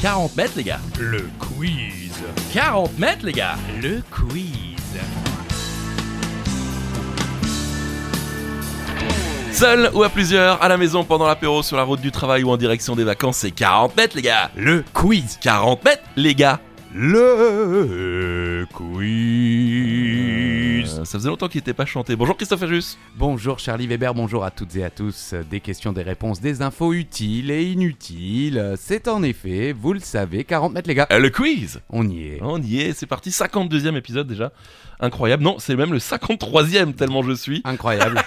40 mètres, les gars. Le quiz. 40 mètres, les gars. Le quiz. Seul ou à plusieurs, à la maison, pendant l'apéro, sur la route du travail ou en direction des vacances, c'est 40 mètres, les gars. Le quiz. 40 mètres, les gars. Le quiz. Euh, ça faisait longtemps qu'il n'était pas chanté. Bonjour Christophe Ajus. Bonjour Charlie Weber, bonjour à toutes et à tous. Des questions, des réponses, des infos utiles et inutiles. C'est en effet, vous le savez, 40 mètres les gars. Euh, le quiz. On y est. On y est, c'est parti. 52e épisode déjà. Incroyable. Non, c'est même le 53e tellement je suis. Incroyable.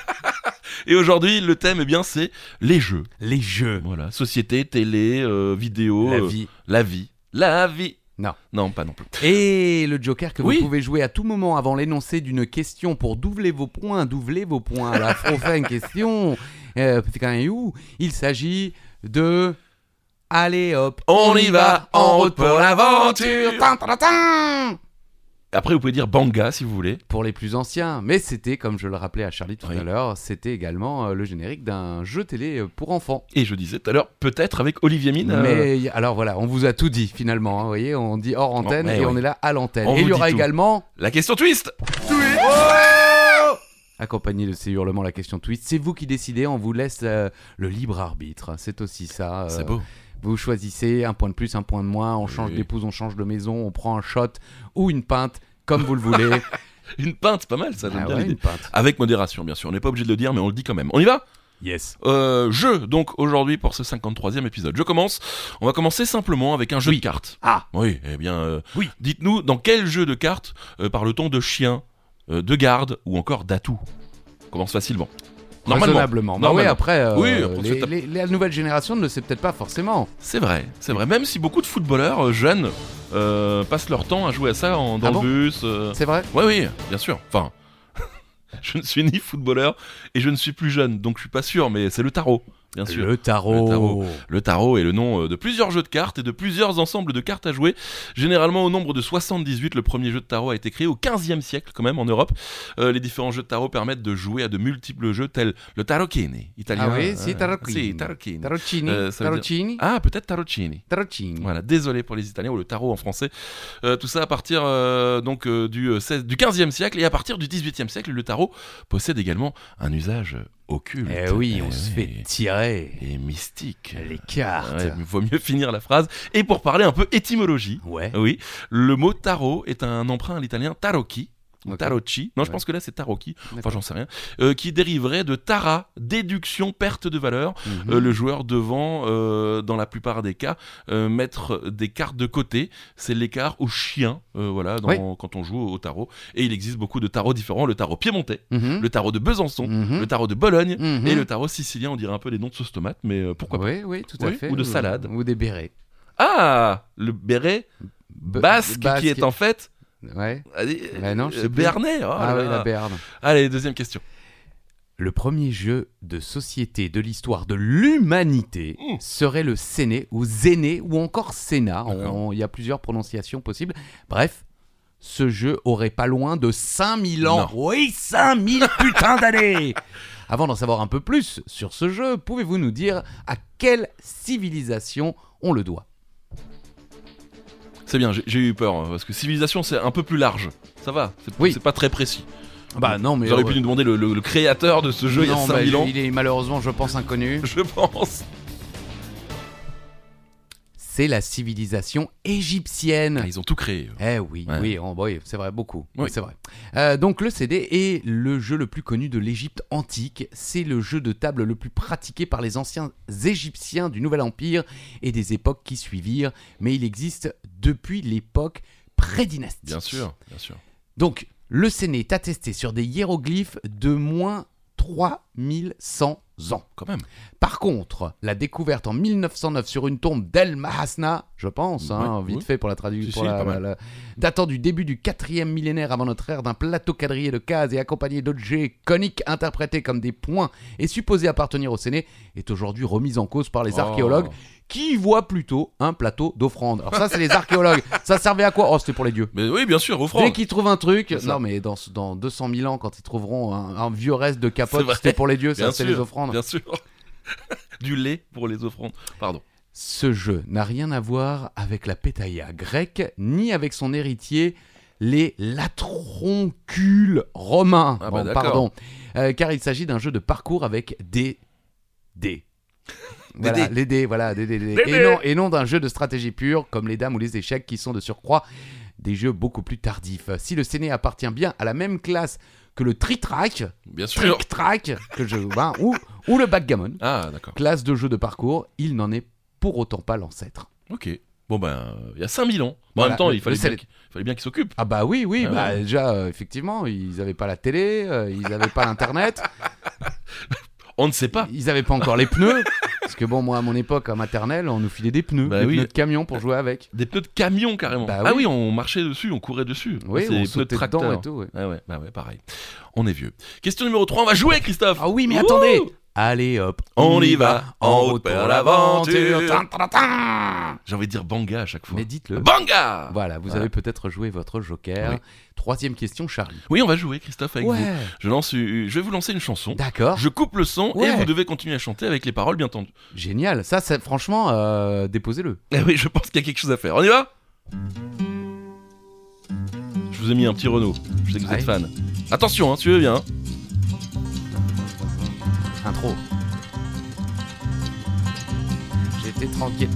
Et aujourd'hui, le thème, eh bien, c'est les jeux. les jeux. Voilà, société, télé, euh, vidéo. La euh, vie. la vie. La vie. Non. Non, pas non plus. Et le joker que Oui. vous pouvez jouer à tout moment avant l'énoncé d'une question pour doubler vos points, doubler vos points. La prochaine question, euh, putain, et où il s'agit de... Allez hop, On y va, en route pour l'aventure. Tin, tin, tin, tin. Après, vous pouvez dire Banga si vous voulez. pour les plus anciens. Mais c'était, comme je le rappelais à Charlie tout Oui. à l'heure, c'était également euh, le générique d'un jeu télé euh, pour enfants. Et je disais tout à l'heure, peut-être avec Olivier Mine. euh, Mais y- alors voilà, on vous a tout dit finalement. hein, vous voyez, on dit hors antenne mais et oui. on est là à l'antenne. On Et il vous y dit aura tout. également, La question twist accompagné de ces hurlements, la question twist. C'est vous qui décidez, on vous laisse euh, le libre arbitre. C'est aussi ça. euh, C'est beau. Vous choisissez un point de plus, un point de moins. On change Oui. d'épouse, on change de maison, on prend un shot ou une pinte, comme vous le voulez. Ah Une pinte, pas mal, ça donne Ah bien ouais, l'idée. une pinte. Avec modération, bien sûr. On n'est pas obligé de le dire, mais on le dit quand même. On y va Yes. Euh, Jeu, donc, aujourd'hui, pour ce 53e épisode. Je commence. On va commencer simplement avec un jeu de cartes. Ah. Oui, eh bien, euh, Oui. dites-nous, dans quel jeu de cartes euh, parle-t-on de chien, euh, de garde ou encore d'atout On Commence facilement. Normalement. Raisonnablement. Bah oui, Normalement. après, euh, Oui, après, les- c'est- les- la nouvelle génération ne le sait peut-être pas forcément. C'est vrai, c'est vrai. Même si beaucoup de footballeurs euh, jeunes euh, passent leur temps à jouer à ça en, dans Ah le bon bus. euh, C'est vrai Oui, oui, bien sûr. Enfin, je ne suis ni footballeur et je ne suis plus jeune, donc je suis pas sûr, mais c'est le tarot, bien sûr. Le... tarot. Le tarot. tarot est le nom euh, de plusieurs jeux de cartes et de plusieurs ensembles de cartes à jouer. Généralement au nombre de 78, le premier jeu de tarot a été créé au 15e siècle quand même en Europe. Euh, les différents jeux de tarot permettent de jouer à de multiples jeux tels le tarocchini italien. Ah oui, si, Euh, tarocchini. si, tarocchini. Tarocchini. Euh, ça veut dire- tarocchini. Ah, peut-être tarocchini. Tarocchini. Voilà, désolé pour les Italiens ou le tarot en français. Euh, tout ça à partir euh, donc euh, du, euh, 16 du 15e siècle et à partir du 18e siècle, le tarot possède également un usage occulte. Eh oui, on se fait Eh, tirer Et mystique. les cartes. Ouais, Il vaut mieux finir la phrase. Et pour parler un peu étymologie, Ouais. oui, le mot tarot est un emprunt à l'italien tarocchi. ou Ok. Tarocchi, non, je Ouais. pense que là c'est tarocchi, enfin D'accord. j'en sais rien, euh, qui dériverait de tara, déduction, perte de valeur, Mhm. euh, le joueur devant, euh, dans la plupart des cas, euh, mettre des cartes de côté. C'est l'écart au chien, euh, voilà, dans- Oui. quand on joue au tarot. Et il existe beaucoup de tarots différents le tarot piémontais, Mhm. le tarot de Besançon, Mhm. le tarot de Bologne Mhm. et le tarot sicilien. On dirait un peu les noms de sauce tomate, mais euh, pourquoi Oui, oui, tout à Oui, fait. ou de salade. Ou des bérets. pas Ah Le béret Be- basque, qui est en fait. Ouais. Allez, Bah non, je sais euh, plus. Béarnais oh ah là oui, là. la berne. Allez, deuxième question. Le premier jeu de société de l'histoire de l'humanité Mmh. serait le Séné ou Zéné ou encore Sénat. On- D'accord. on- Il y a plusieurs prononciations possibles. Bref, ce jeu aurait pas loin de 5000 ans. Oui, 5000 putains d'années Avant d'en savoir un peu plus sur ce jeu, pouvez-vous nous dire à quelle civilisation on le doit C'est bien, j'ai- j'ai eu peur, hein, parce que civilisation c'est un peu plus large. Ça va, c'est Oui. c'est pas très précis. Bah non, mais... Vous auriez pu nous demander le, le- le créateur de ce jeu il y a Non, 5000 bah, ans. Il est malheureusement, je pense, inconnu. Je pense. C'est la civilisation égyptienne. Ah, ils ont tout créé. eux. Eh oui, Ouais. oui, en- oui, c'est vrai, beaucoup. Oui. C'est vrai. Euh, donc le CD est le jeu le plus connu de l'Égypte antique. C'est le jeu de table le plus pratiqué par les anciens Égyptiens du Nouvel Empire et des époques qui suivirent. Mais il existe depuis l'époque pré-dynastique. Bien sûr, bien sûr. Donc le CD est attesté sur des hiéroglyphes de moins 3100 ans. Quand même. Par contre, la découverte en 1909 sur une tombe d'El Mahasna, je pense, hein, Ouais, vite ouais. fait pour la Si, traduction, si, pas mal. datant du début du 4e millénaire avant notre ère, d'un plateau quadrillé de cases et accompagné d'objets coniques interprétés comme des points et supposés appartenir au Séné, est aujourd'hui remise en cause par les Oh. archéologues qui y voient plutôt un plateau d'offrande. Alors ça, c'est les archéologues. ça servait à quoi Oh, c'était pour les dieux. Mais oui, bien sûr, offrande. Dès qu'ils trouvent un truc, C'est ça. non mais dans, dans 200 000 ans, quand ils trouveront un, un vieux reste de C'est capote, vrai. c'était pour les dieux, Bien ça c'est sûr, les offrandes. Bien sûr. du lait pour les offrandes. Pardon. Ce jeu n'a rien à voir avec la pétaïa grecque, ni avec son héritier, les latroncules romains. Ah bah Bon, d'accord. pardon. Euh, car il s'agit d'un jeu de parcours avec des dés. Voilà, dés. les dés, voilà, des dés, des dés. Des Et dés. non, et non d'un jeu de stratégie pure comme les dames ou les échecs qui sont de surcroît des jeux beaucoup plus tardifs. Si le Séné appartient bien à la même classe que le tritrac, Bien sûr. tric-trac, que je, ben, ou, ou le backgammon, Ah, d'accord. classe de jeu de parcours, il n'en est pour autant pas l'ancêtre. Ok. Bon, ben, euh, il y a 5000 ans. Bon, en Voilà, même temps, le- il fallait le bien sel- qu'il fallait bien qu'il s'occupe. Ah bah oui, oui, Ah bah, ouais. déjà, euh, effectivement, ils n'avaient pas la télé, euh, ils n'avaient pas l'internet, On ne sait pas. ils n'avaient pas encore les pneus, parce que bon, moi, à mon époque, à maternelle, on nous filait des pneus, Bah des oui. pneus de camion pour jouer avec. Des pneus de camion carrément. Bah Ah oui. oui, on marchait dessus, on courait dessus. Oui, C'est des on pneus de sautait tracteur. dedans et tout, ouais. Ouais, ouais, bah ouais, pareil. On est vieux. Question numéro 3, on va jouer, Christophe Ah oui, mais Wouh attendez Allez hop, On y va, en route pour l'aventure. Tin, tin, tin. J'ai envie de dire banga à chaque fois. Mais Bah. dites-le. Banga Voilà, vous Voilà. avez peut-être joué votre joker. Oui. Troisième question, Charlie. Oui, on va jouer, Christophe, avec vous. Ouais, Je, lance, une- je vais vous lancer une chanson. d'accord. Je coupe le son et Hein Ouais. vous devez continuer à chanter avec les paroles, bien entendu. Génial. Ça, ça franchement, euh, déposez-le. Eh oui, je pense qu'il y a quelque chose à faire. On y va Je vous ai mis un petit Renault. Je sais que vous êtes Ouais. fan. Attention, hein, tu veux bien. hein. Intro. J'étais tranquille.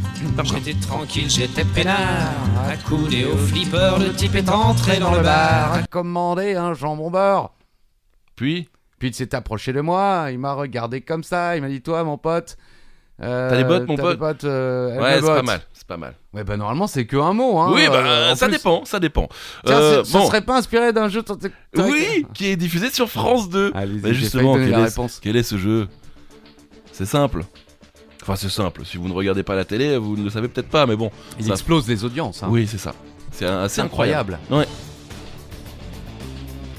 J'étais tranquille, j'étais peinard. Accoudé au flipper, le type est entré dans le bar. a commandé un jambon beurre. Puis, Puis il s'est approché de moi. Il m'a regardé comme ça. Il m'a dit Toi, mon pote. euh, T'as des bottes, mon t'as pote des bottes, euh, elle ouais, me c'est pas botte. mal. C'est pas mal. Ouais, bah normalement, c'est que un mot. Hein, oui, bah, euh, en ça plus. dépend, ça dépend. Tiens, Euh, c'est- ça bon. serait pas inspiré d'un jeu. tant- tant- Oui, qui est diffusé sur France 2. Allez-y, Bah, j'ai justement, failli donner quel la est, réponse. quel est ce jeu C'est simple. Enfin, c'est simple. Si vous ne regardez pas la télé, vous ne le savez peut-être pas, mais bon. Il Ça- explose les audiences. hein. Oui, c'est ça. C'est un- assez c'est incroyable. incroyable.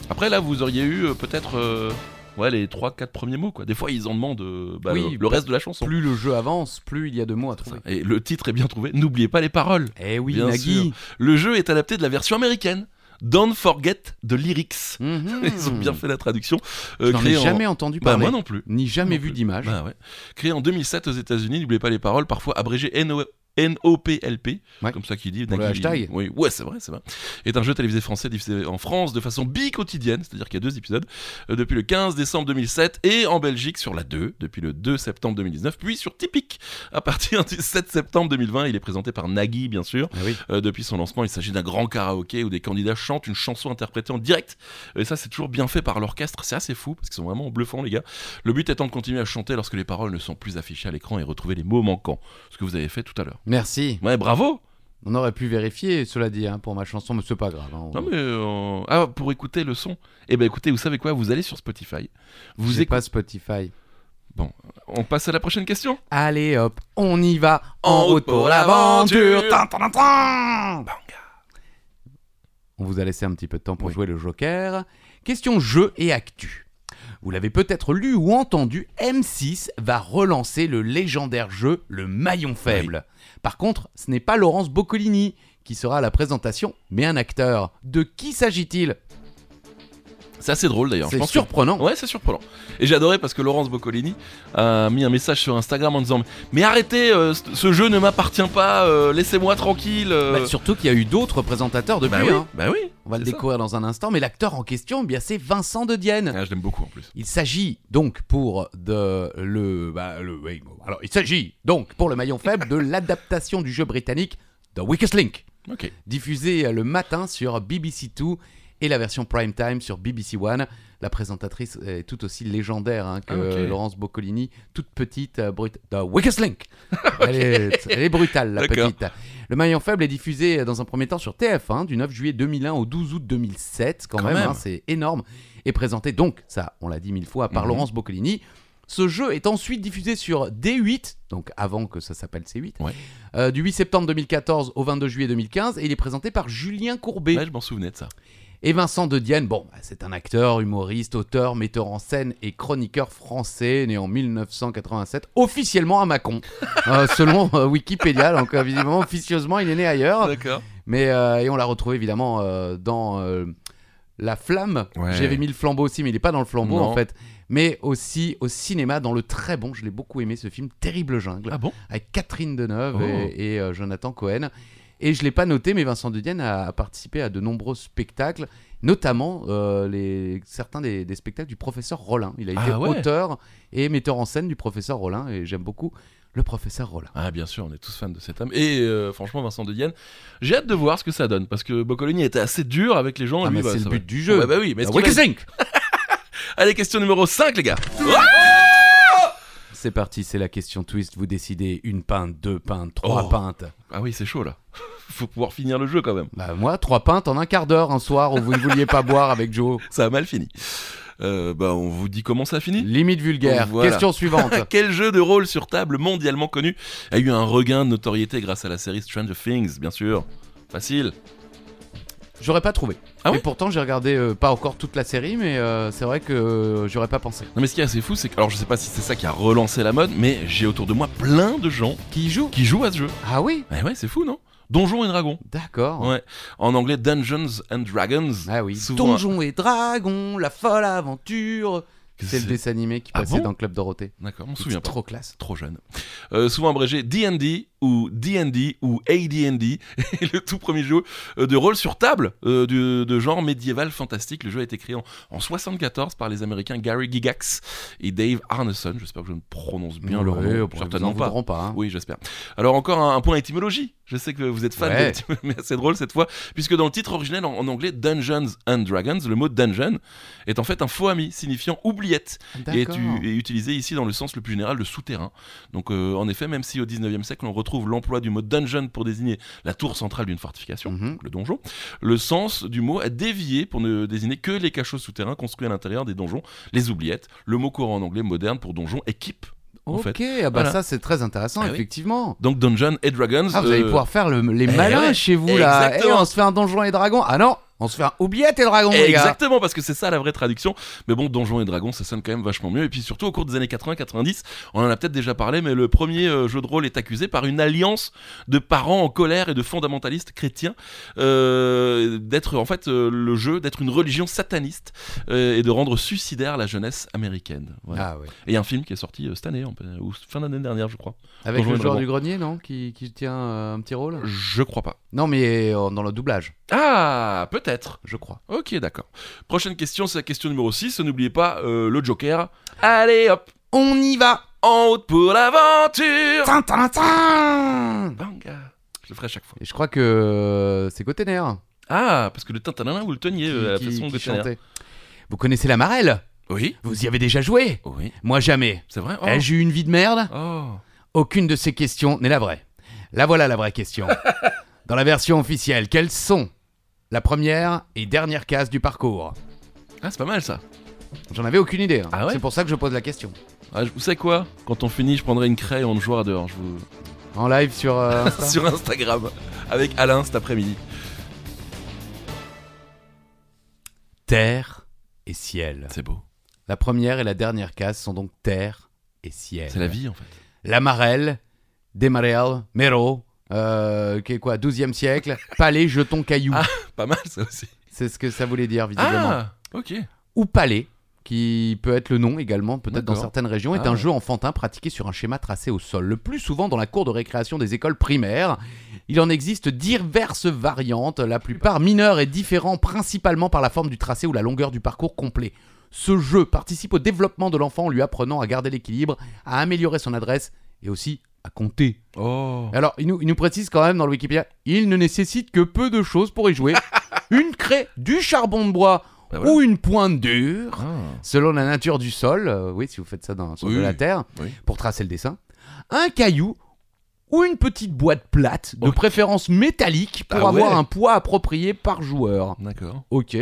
Après, là, vous auriez eu euh, peut-être euh, ouais, les 3-4 premiers mots, quoi. Des fois, ils en demandent euh, bah, Oui, le, le reste de la chanson. Plus le jeu avance, plus il y a de mots à trouver. Et le titre est bien trouvé. N'oubliez pas les paroles. Eh oui, Bien Nagui. Le jeu est adapté de la version américaine. Don't forget the lyrics. Mhm. Ils ont bien fait la traduction. euh, Je n'en ai créée en- jamais entendu Bah, parler. moi non plus. Ni jamais Non vu plus. d'image. Bah ouais. Créé en 2007 aux États-Unis, n'oubliez pas les paroles, parfois abrégé NO NOPLP, Ouais. comme ça qu'il dit. Pour le Nagui, hashtag. il- Oui, ouais, c'est vrai, c'est vrai. Est un jeu télévisé français diffusé en France de façon bi-quotidienne, c'est-à-dire qu'il y a deux épisodes, euh, depuis le 15 décembre 2007 et en Belgique sur la 2 depuis le 2 septembre 2019, puis sur Typique à partir du 7 septembre 2020. Il est présenté par Nagui, bien sûr. Ah oui. Euh, depuis son lancement, il s'agit d'un grand karaoké où des candidats chantent une chanson interprétée en direct. Et ça, c'est toujours bien fait par l'orchestre. C'est assez fou parce qu'ils sont vraiment bluffants, les gars. Le but étant de continuer à chanter lorsque les paroles ne sont plus affichées à l'écran et retrouver les mots manquants. Ce que vous avez fait tout à l'heure. Merci. Ouais, bravo On aurait pu vérifier, cela dit, hein, pour ma chanson, mais c'est pas grave. hein. Non, mais. euh, Ah, pour écouter le son. Eh ben, écoutez, vous savez quoi Vous allez sur Spotify. Vous J'ai écoutez. pas Spotify. On passe à la prochaine question Allez hop, on y va En en route route pour pour l'aventure. l'aventure. Tin, tin, tin, tin. On vous a laissé un petit peu de temps pour Oui. jouer le Joker. Question jeu et actu. Vous l'avez peut-être lu ou entendu, M6 va relancer le légendaire jeu Le Maillon Faible. Par contre, ce n'est pas Laurence Boccolini qui sera à la présentation, mais un acteur. De qui s'agit-il C'est assez drôle d'ailleurs. Je C'est pense que- surprenant. Ouais, c'est surprenant. Et j'ai adoré parce que Laurence Boccolini euh, a mis un message sur Instagram en disant Mais arrêtez, euh, c- ce jeu ne m'appartient pas, euh, laissez-moi tranquille. euh. Bah, surtout qu'il y a eu d'autres présentateurs depuis. Bah oui, hein. bah oui. On va le C'est ça. découvrir dans un instant, mais l'acteur en question, eh bien c'est Vincent de Dienne. Ah, je l'aime beaucoup en plus. Il s'agit donc pour de le, bah, le- oui, bon. alors il s'agit donc pour le maillon faible de l'adaptation du jeu britannique The Weakest Link, Ok. diffusé euh, le matin sur BBC Two et la version prime time sur BBC One. La présentatrice est tout aussi légendaire hein, que Ah, ok. Laurence Boccolini, toute petite euh, brute. The Weakest Link. elle, est, elle est brutale la D'accord. petite. Le maillon faible est diffusé euh, dans un premier temps sur TF1 du 9 juillet 2001 au 12 août 2007 quand, Quand même, même. hein, c'est énorme et présenté donc, ça on l'a dit mille fois, par Mhm. Laurence Boccolini. Ce jeu est ensuite diffusé sur D8, donc avant que ça s'appelle C8, Ouais. euh, du 8 septembre 2014 au 22 juillet 2015, et il est présenté par Julien Courbet Ouais, je m'en souvenais de ça. et Vincent de Dienne. Bon, bah, c'est un acteur, humoriste, auteur, metteur en scène et chroniqueur français, né en 1987, officiellement à Mâcon, euh, selon euh, Wikipédia, donc euh, visiblement officieusement il est né ailleurs. D'accord. Mais euh, et on l'a retrouvé évidemment euh, dans euh, La Flamme. Ouais. J'avais mis le flambeau aussi, mais il n'est pas dans le flambeau Non. en fait. mais aussi au cinéma dans le très bon, je l'ai beaucoup aimé ce film, Terrible Jungle, Ah bon avec Catherine Deneuve Oh. et, et, euh, Jonathan Cohen. Et je ne l'ai pas noté, mais Vincent Dudienne a, a participé à de nombreux spectacles, notamment euh, les, certains des, des spectacles du professeur Rollin. Il a été Ah ouais. auteur et metteur en scène du professeur Rollin, et j'aime beaucoup le professeur Rollin. Ah bien sûr, on est tous fans de cet homme. Et euh, franchement, Vincent de Dienne, j'ai hâte de voir ce que ça donne parce que Boccolini était assez dur avec les gens. Ah, lui, mais bah, c'est ça le va. but du jeu. Ouais, bah oui, mais est-ce Bah, qu'il Wake va- Zinc Allez, question numéro 5 les gars. C'est parti, c'est la question twist. Vous décidez une pinte, deux pintes, trois Oh. pintes. Ah oui, c'est chaud là. Faut pouvoir finir le jeu quand même. Bah moi, trois pintes en un quart d'heure un soir où vous ne vouliez pas boire avec Joe. Ça a mal fini. Euh, bah on vous dit comment ça a fini Limite vulgaire. Voilà. Question suivante. Quel jeu de rôle sur table mondialement connu a eu un regain de notoriété grâce à la série Stranger Things, bien sûr Facile. J'aurais pas trouvé. Ah Et ouais pourtant, j'ai regardé euh, pas encore toute la série, mais euh, c'est vrai que euh, j'aurais pas pensé. Non mais ce qui est assez fou, c'est que alors je sais pas si c'est ça qui a relancé la mode, mais j'ai autour de moi plein de gens Qui y joue qui jouent à ce jeu. Ah oui Eh ouais, c'est fou, non Donjons et Dragons. D'accord. Ouais. En anglais, Dungeons and Dragons. Ah oui. Souvent- Donjons et dragons, la folle aventure. Qu'est-ce que C'est le dessin animé qui Ah passait bon dans Club Dorothée. D'accord, on me C'est souvient pas. Trop classe. Trop jeune. Euh, souvent abrégé D&D ou D&D ou AD&D. Et le tout premier jeu euh, de rôle sur table euh, du- de genre médiéval fantastique. Le jeu a été créé en, en 74 par les Américains Gary Gygax et Dave Arneson. J'espère que je ne prononce bien leur Ouais, nom. bon, ils vous Certainement en pas. voudront pas. hein. Oui, j'espère. Alors encore un, un point étymologie. Je sais que vous êtes fan, Ouais. d'étym- mais c'est drôle cette fois, puisque dans le titre originel en, en anglais Dungeons and Dragons, le mot dungeon est en fait un faux ami signifiant oubliette et est, D'accord. u- est utilisé ici dans le sens le plus général de souterrain. Donc euh, en effet, même si au 19e siècle on retrouve l'emploi du mot dungeon pour désigner la tour centrale d'une fortification, Mhm. le donjon, le sens du mot a dévié pour ne désigner que les cachots souterrains construits à l'intérieur des donjons, les oubliettes. Le mot courant en anglais moderne pour donjon est keep. en fait. Ok, ah bah Voilà. ça c'est très intéressant, Ah oui. effectivement. Donc dungeon et dragons. Ah, vous allez euh, pouvoir faire le- les malins ouais, chez vous là. Et exactement. on se fait un donjon et dragon. Ah non, on se fait un oubliette et Oh dragon, les gars. Exactement, parce que c'est ça la vraie traduction. Mais bon, Donjons et Dragons, ça sonne quand même vachement mieux. Et puis surtout, au cours des années 80-90, on en a peut-être déjà parlé, mais le premier euh, jeu de rôle est accusé par une alliance de parents en colère et de fondamentalistes chrétiens euh, d'être en fait euh, le jeu, d'être une religion sataniste euh, et de rendre suicidaire la jeunesse américaine. Voilà. Ah ouais. Et il y a un film qui est sorti euh, cette année, en- ou fin d'année dernière, je crois. Avec Donjon le et joueur dragon. du grenier, non qui, qui tient euh, un petit rôle Je crois pas. Non, mais euh, dans le doublage, Ah, peut-être. je crois. Ok, d'accord. Prochaine question, c'est la question numéro 6. N'oubliez pas euh, le Joker. Allez, hop On y va En route pour l'aventure Tin, tin, tin Banga Je le ferai à chaque fois. Et je crois que euh, c'est Gotener Ah, parce que le tintanin vous le teniez qui, euh, à la qui- façon qui de Tintanin. chantait. Vous connaissez la Marelle Oui, Vous y avez déjà joué oui. Eh, Moi jamais. C'est vrai Ai-je eu une vie de merde Oh. Aucune de ces questions n'est la vraie. La voilà la vraie question. Dans la version officielle, quelles sont la première et dernière case du parcours Ah, c'est pas mal ça. J'en avais aucune idée. hein. Ah ouais C'est pour ça que je pose la question. Ah, Ah, je- vous savez quoi Quand on finit, je prendrai une craie et on jouera dehors. Je vous... En live sur euh, Insta Sur Instagram, avec Alain cet après-midi. Terre et ciel. C'est beau. La première et la dernière case sont donc terre et ciel. C'est la vie en fait. La Marelle, Demarel, Mero, euh, qui est quoi 12e siècle, palais, jeton, caillou. Ah. Pas mal ça aussi. C'est ce que ça voulait dire visiblement. Ah, ok. ou palais, qui peut être le nom également, peut-être dans D'accord. certaines régions, est Ah un ouais. jeu enfantin pratiqué sur un schéma tracé au sol, le plus souvent dans la cour de récréation des écoles primaires. Il en existe diverses variantes, la plupart mineures et différents principalement par la forme du tracé ou la longueur du parcours complet. Ce jeu participe au développement de l'enfant en lui apprenant à garder l'équilibre, à améliorer son adresse et aussi à compter. Oh. Alors, il nous, il nous précise quand même dans le Wikipédia, il ne nécessite que peu de choses pour y jouer. une craie, du charbon de bois Bah voilà. ou une pointe dure, Ah. selon la nature du sol, euh, oui, si vous faites ça dans, sur Oui, de la terre, oui. pour tracer le dessin, un caillou ou une petite boîte plate, de Ok. préférence métallique, pour Ah avoir ouais. un poids approprié par joueur. D'accord. Ok.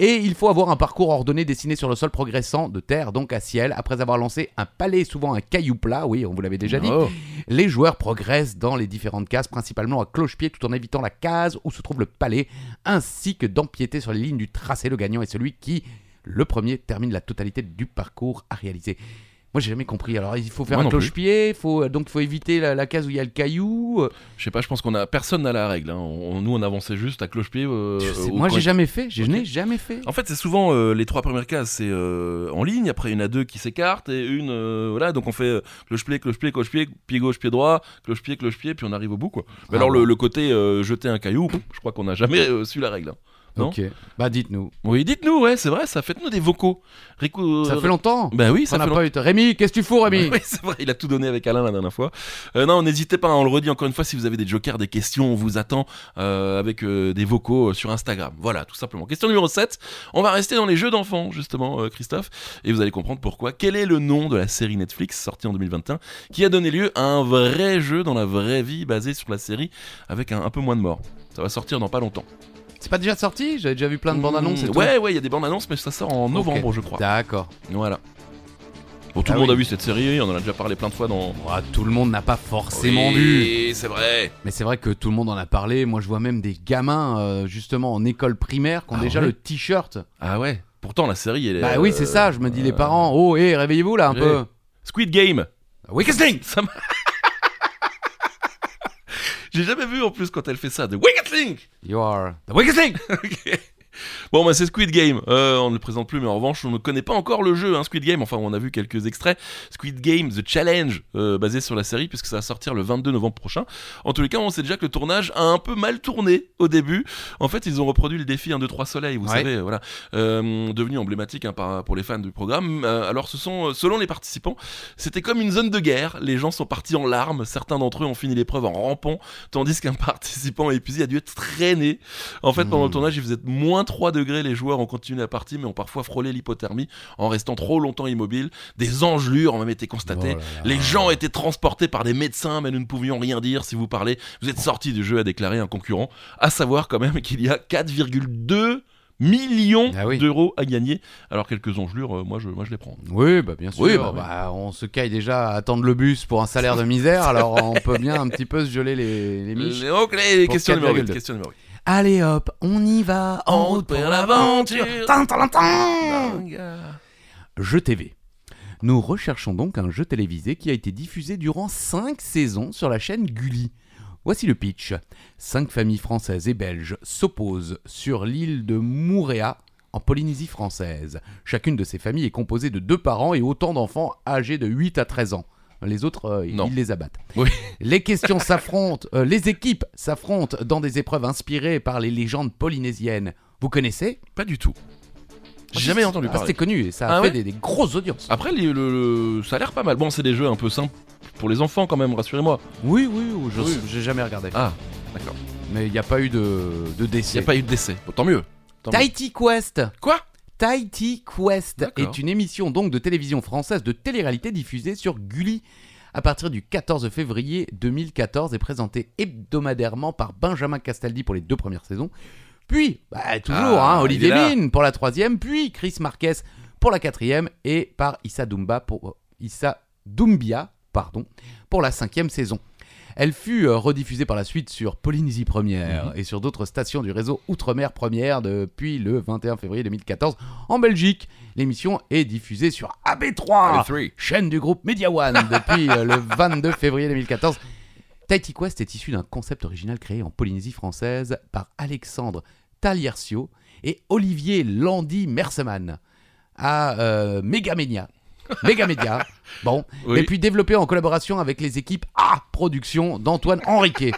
Et il faut avoir un parcours ordonné dessiné sur le sol progressant de terre donc à ciel. Après avoir lancé un palais, souvent un caillou plat, oui, on vous l'avait déjà dit, Oh. les joueurs progressent dans les différentes cases, principalement à cloche-pied, tout en évitant la case où se trouve le palais, ainsi que d'empiéter sur les lignes du tracé. Le gagnant est celui qui, le premier, termine la totalité du parcours à réaliser. Moi, j'ai jamais compris. Alors, il faut faire Moi un non plus. cloche-pied, faut, euh, donc faut éviter la, la case où il y a le caillou. euh, Je sais pas, je pense qu'on a personne n'a la règle. hein. On- nous, on avançait juste à cloche-pied. euh, je sais- au moi, coin. j'ai jamais fait. Je Ok. n'ai jamais fait. En fait, c'est souvent euh, les trois premières cases, c'est euh, en ligne. Après, il y en a deux qui s'écartent et une, euh, voilà. Donc on fait euh, cloche-pied, cloche-pied, cloche-pied, pied gauche, pied droit, cloche-pied, cloche-pied, puis on arrive au bout quoi. Mais Ah alors bon. le, le côté euh, jeter un caillou, pff, je crois qu'on n'a jamais euh, su la règle. hein. non. Ok. Bah, dites-nous. Oui, dites-nous, ouais, c'est vrai, ça faites-nous des vocaux. Rico, Ça fait longtemps. Ben oui, ça On n'a fait pas eu. de- Rémi, qu'est-ce que tu fous, Rémi oui, c'est vrai, il a tout donné avec Alain la dernière fois. Euh, non, n'hésitez pas, hein, on le redit encore une fois, si vous avez des jokers, des questions, on vous attend euh, avec euh, des vocaux euh, sur Instagram. Voilà, tout simplement. Question numéro 7, on va rester dans les jeux d'enfants, justement, euh, Christophe, et vous allez comprendre pourquoi. Quel est le nom de la série Netflix sortie en 2021 qui a donné lieu à un vrai jeu dans la vraie vie basé sur la série avec un, un peu moins de morts ça va sortir dans pas longtemps. C'est pas déjà sorti J'avais déjà vu plein de bandes annonces. et Mmh, tout. Ouais, ouais, il y a des bandes annonces, mais ça sort en novembre, Ok. je crois. D'accord. Voilà. Bon, tout Ah le monde oui. a vu cette série, on en a déjà parlé plein de fois dans, Ouah, tout le monde n'a pas forcément oui, vu. c'est vrai. Mais c'est vrai que tout le monde en a parlé. Moi, je vois même des gamins, euh, justement, en école primaire, qui ont Ah déjà ouais le t-shirt. Ah ouais. Pourtant, la série, elle est. Bah oui, euh, c'est ça. Je me dis, les euh, parents, oh, hé, réveillez-vous là un oui. peu. Squid Game. Oui, qu'est-ce que Ça m'a- J'ai jamais vu en plus quand elle fait ça de Wicked Link. You are the weakest link. Ok. Bon bah c'est Squid Game, Euh, on ne le présente plus mais en revanche on ne connaît pas encore le jeu hein, Squid Game, enfin on a vu quelques extraits Squid Game The Challenge euh, basé sur la série puisque ça va sortir le 22 novembre prochain En tous les cas on sait déjà que le tournage a un peu mal tourné au début En fait ils ont reproduit le défi 1, 2, 3 soleil vous Ouais. savez euh, voilà euh, devenu emblématique hein, par- pour les fans du programme. Euh, alors, ce sont, euh, selon les participants, c'était comme une zone de guerre. Les gens sont partis en larmes. Certains d'entre eux ont fini l'épreuve en rampant, tandis qu'un participant épuisé a dû être traîné. En fait, pendant Hmm. le tournage, il faisait moins 3 degrés. Les joueurs ont continué la partie, mais ont parfois frôlé l'hypothermie en restant trop longtemps immobiles. Des engelures ont même été constatées. Oh Les gens étaient transportés par des médecins, mais nous ne pouvions rien dire si vous parlez. Vous êtes sorti du jeu, a déclaré un concurrent. À savoir quand même qu'il y a 4,2 millions Ah oui. d'euros à gagner. Alors quelques engelures, euh, moi je, moi je les prends. Oui, bah bien sûr. Oui, bah, bah, on se caille déjà à attendre le bus pour un salaire de misère. alors on peut bien un petit peu se geler les, les miches. Euh, ok, les Pour questions numéro 4,2. 8. Question numéro huit. Allez hop, on y va. En route pour Bah, l'aventure. Tan, tan, tan. Jeux TV. Nous recherchons donc un jeu télévisé qui a été diffusé durant 5 saisons sur la chaîne Gulli. Voici le pitch. Cinq familles françaises et belges s'opposent sur l'île de Mouréa, en Polynésie française. Chacune de ces familles est composée de deux parents et autant d'enfants âgés de 8 à 13 ans. Les autres, euh, Non. ils les abattent. Oui. Les questions s'affrontent, euh, les équipes s'affrontent dans des épreuves inspirées par les légendes polynésiennes. Vous connaissez Pas du tout. J'ai jamais entendu Ah, parler. C'était connu et ça a Ah fait ouais des, des grosses audiences. Après, les- le- le- ça a l'air pas mal. Bon, c'est des jeux un peu simples pour les enfants quand même, rassurez-moi. Oui, oui, oui, je Oui. j'ai jamais regardé. Ah, d'accord. Mais il n'y a pas eu de, de Il n'y décès. a pas eu de décès. Bon, tant mieux. Tant mieux. Tahiti Quest Quoi Tahiti Quest D'accord. est une émission donc de télévision française de télé-réalité diffusée sur Gulli à partir du 14 février 2014 et présentée hebdomadairement par Benjamin Castaldi pour les deux premières saisons. Puis, bah, toujours, Ah, hein, il Olivier est là. Mine pour la troisième, puis Chris Marquez pour la quatrième et par Issa Doumba pour euh, Issa Doumbia, pardon, pour la cinquième saison. Elle fut euh, rediffusée par la suite sur Polynésie Première Mhm. et sur d'autres stations du réseau Outre-mer Première depuis le 21 février 2014 en Belgique. L'émission est diffusée sur Ah, AB3, chaîne du groupe Media One, depuis euh, le 22 février 2014. Tahiti Quest est issu d'un concept original créé en Polynésie française par Alexandre Taliercio et Olivier Landy Merseman à euh, Megamania. Megamedia. Bon, Oui. et puis développé en collaboration avec les équipes A Production d'Antoine Henriquet.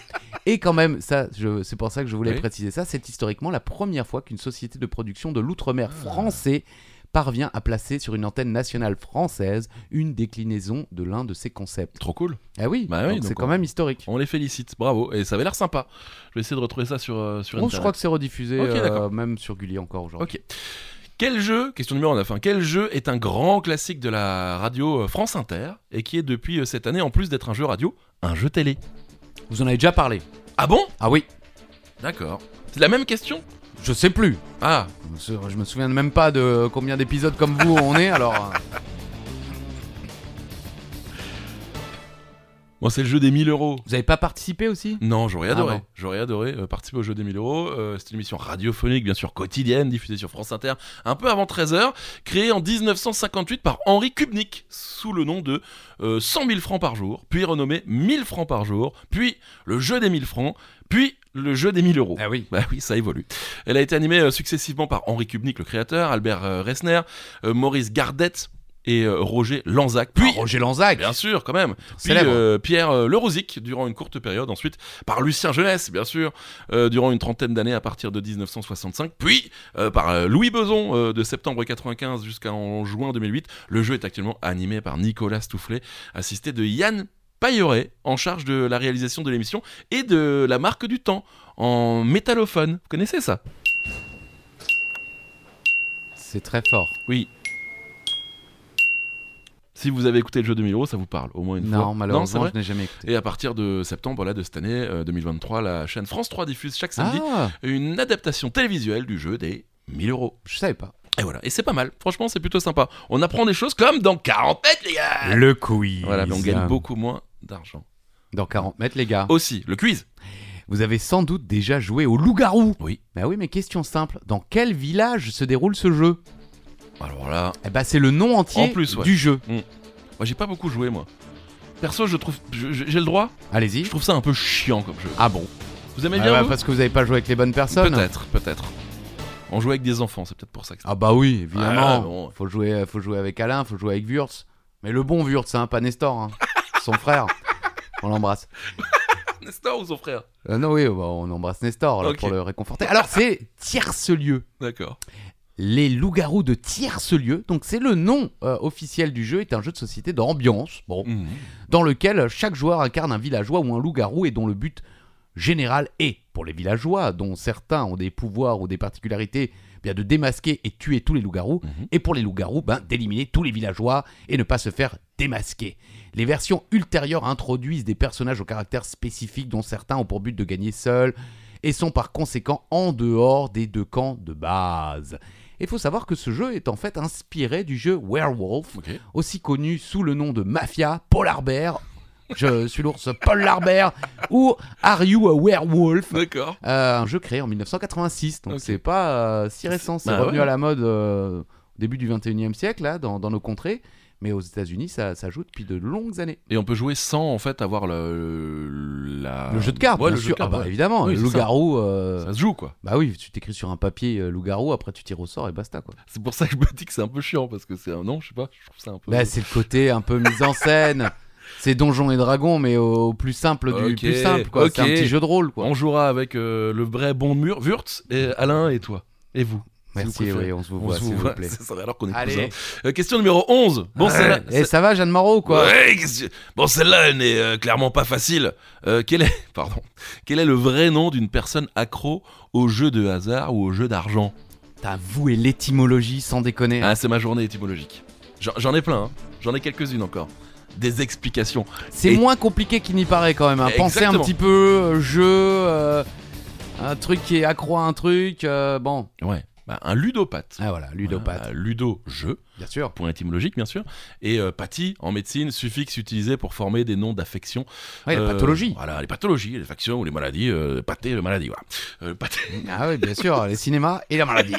Et quand même, ça, je- c'est pour ça que je voulais Oui. préciser ça, c'est historiquement la première fois qu'une société de production de l'outre-mer Ah. français parvient à placer sur une antenne nationale française une déclinaison de l'un de ses concepts. Trop cool. Ah oui, Bah oui, donc c'est donc quand on- même historique. On les félicite, bravo. Et ça avait l'air sympa. Je vais essayer de retrouver ça sur, euh, sur Bon, Internet. Oh, je crois que c'est rediffusé, Ok, euh, d'accord. même sur Gulli encore aujourd'hui. Ok. Quel jeu, question numéro 9, hein, quel jeu est un grand classique de la radio euh, France Inter et qui est depuis euh, cette année, en plus d'être un jeu radio, un jeu télé Vous en avez déjà parlé Ah bon Ah oui, D'accord. C'est la même question je sais plus. Ah, Je me souviens même pas de combien d'épisodes comme euh, vous on est, alors... Moi, c'est le jeu des 1000 euros. Vous avez pas participé aussi Non, j'aurais Ah adoré. bon. J'aurais adoré euh, participer au jeu des 1000 euros. Euh, C'est une émission radiophonique, bien sûr, quotidienne, diffusée sur France Inter un peu avant 13h, créée en 1958 par Henri Kubnik, sous le nom de euh, 100 000 francs par jour, puis renommé 1000 francs par jour, puis le jeu des 1000 francs, puis le jeu des 1000 euros. Ah oui. Bah oui, ça évolue. Elle a été animée euh, successivement par Henri Kubnik, le créateur, Albert euh, Resner, euh, Maurice Gardette et euh, Ah, Roger Lanzac. Puis, Puis Roger Lanzac. Bien sûr, quand même. Puis Célèbre. euh, Pierre euh, Lerosic durant une courte période, ensuite par Lucien Jeunesse, bien sûr, euh, durant une trentaine d'années à partir de 1965, puis euh, par euh, Louis Beson euh, de septembre 95 jusqu'en juin 2008. Le jeu est actuellement animé par Nicolas Stoufflet, assisté de Yann Payoret, en charge de la réalisation de l'émission et de la marque du temps en métallophone. Vous connaissez ça C'est très fort. Oui. Si vous avez écouté le jeu de Milo, ça vous parle au moins une fois. Non, c'est malheureusement, vrai je n'ai jamais écouté. Et à partir de septembre là, de cette année euh, 2023, la chaîne France 3 diffuse chaque samedi Ah, une adaptation télévisuelle du jeu des 1000 euros. je savais pas. Et voilà, et c'est pas mal. Franchement, c'est plutôt sympa. On apprend des choses comme dans 40 mètres, les gars Le quiz. Voilà, mais on gagne beaucoup moins d'argent. Dans 40 mètres, les gars. Aussi, le quiz Vous avez sans doute déjà joué au loup-garou. Oui. Bah oui, mais question simple. Dans quel village se déroule ce jeu Alors là, Eh bah, c'est le nom entier En plus, ouais. du jeu. moi j'ai pas beaucoup joué, moi. Perso, je trouve. je- je- J'ai le droit Allez-y. Je trouve ça un peu chiant comme jeu. Ah bon Vous aimez Ah bien bah, vous Parce que vous avez pas joué avec les bonnes personnes. Peut-être, peut-être. On jouait avec des enfants, c'est peut-être pour ça que Ah bah oui, Ah, évidemment. bon. faut, jouer, euh, faut jouer avec Alain, faut jouer avec Wurtz. Mais le bon Wurtz, hein, pas Nestor. hein. Son frère. On l'embrasse. Nestor ou son frère Euh, non, oui, bah, on embrasse Nestor là, Ok. pour le réconforter. Alors, c'est Tierce-Lieu. D'accord. Les loups-garous de Tierce-Lieu. Donc, c'est le nom euh, officiel du jeu. est un jeu de société d'ambiance. Bon. Mhm. dans lequel chaque joueur incarne un villageois ou un loup-garou et dont le but général est, pour les villageois, dont certains ont des pouvoirs ou des particularités, eh bien de démasquer et tuer tous les loups-garous, Mhm. et pour les loups-garous, ben, d'éliminer tous les villageois et ne pas se faire démasquer. Les versions ultérieures introduisent des personnages au caractère spécifique dont certains ont pour but de gagner seuls et sont par conséquent en dehors des deux camps de base. Il faut savoir que ce jeu est en fait inspiré du jeu Werewolf, Ok. aussi connu sous le nom de Mafia, Paul Harbert, je suis l'ours Paul Harbert, ou Are You a Werewolf D'accord. Euh, Un jeu créé en 1986, donc Ok. c'est pas euh, si récent, c'est Bah revenu ouais. à la mode euh, au début du 21e siècle, là, dans, dans nos contrées. Mais aux États-Unis, ça, ça joue depuis de longues années. Et on peut jouer sans en fait avoir le la... le jeu de cartes, Ah, Ouais, bien le jeu sûr. de cartes, Ah bah, ouais. évidemment, Oui, le c'est ça. loup-garou. euh, Ça se joue quoi. Bah oui, tu t'écris sur un papier euh, loup-garou, après tu tires au sort et basta quoi. C'est pour ça que je me dis que c'est un peu chiant parce que c'est un non, je sais pas, je trouve ça un peu. Bah, c'est le côté un peu mise en scène. C'est Donjons et Dragons, mais au, au plus simple du Ok, plus simple quoi. C'est un ok. petit jeu de rôle quoi. on jouera avec euh, le vrai bon mur Wurtz et Alain et toi et vous. si vous Merci, préférez. oui, on se vous On voit, se s'il voit, vous plaît. c'est ça, alors qu'on est Allez. cousins. Euh, question numéro 11. Bon celle-là. Et ça va, Jeanne Moreau, quoi Ouais, qu'est-ce que- bon celle-là elle n'est euh, clairement pas facile. Euh, quel est pardon, quel est le vrai nom d'une personne accro aux jeux de hasard ou aux jeux d'argent T'as voué l'étymologie, sans déconner. Ah, c'est ma journée étymologique. J'en- J'en ai plein, hein. j'en ai quelques-unes encore. Des explications. C'est et- moins compliqué qu'il n'y paraît, quand même. hein. Pensez un Exactement. petit peu, euh, jeu, euh, un truc qui est accro à un truc, euh, bon. Ouais. Bah, un ludopathe. Ah voilà, ludopathe, Voilà, ludo, jeu, bien sûr. point étymologique bien sûr, et euh, pathie en médecine, suffixe utilisé pour former des noms d'affection. Ouais, la Euh, pathologie. Voilà, les pathologies, les factions ou les maladies, euh, pathé, le maladie, voilà. Euh, pathé- Ah oui, bien sûr, les cinémas et la maladie.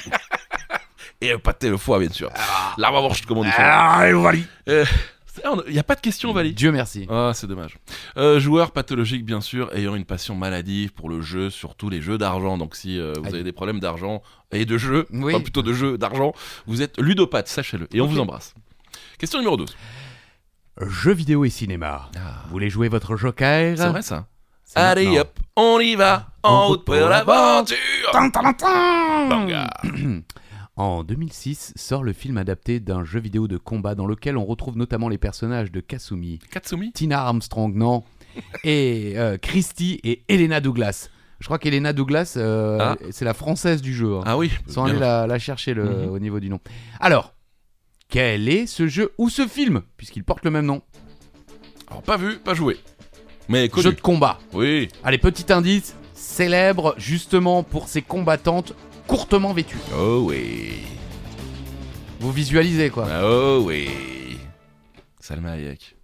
et euh, pathé, le foie bien sûr. L'arbre à Wurst, comme on dit. Ah, et voilà. Il n'y a pas de question, Valie. Dieu merci. Ah, c'est dommage. Euh, joueur pathologique, bien sûr, ayant une passion maladive pour le jeu, surtout les jeux d'argent. Donc, si euh, vous Aïe. avez des problèmes d'argent et de jeu, Oui. enfin plutôt de jeu, d'argent, vous êtes ludopathe, sachez-le. Et on Ok. vous embrasse. Question numéro 12. Jeux vidéo et cinéma. Vous voulez jouer votre joker C'est vrai ça C'est Allez maintenant. hop, on y va, en route pour l'aventure Manga. En 2006 sort le film adapté d'un jeu vidéo de combat dans lequel on retrouve notamment les personnages de Kasumi, Katsumi Tina Armstrong, non. Et euh, Christy et Elena Douglas. Je crois qu'Elena Douglas, euh, Ah. c'est la française du jeu. hein. Ah oui Sans aller bien. la, la chercher le, Mhm. au niveau du nom. Alors, quel est ce jeu ou ce film Puisqu'il porte le même nom. Alors pas vu, pas joué. Mais connu. Jeu de combat. Oui, Allez, petit indice. Célèbre justement pour ses combattantes courtement vêtues. oh oui, Vous visualisez quoi. oh oui. Salma Hayek.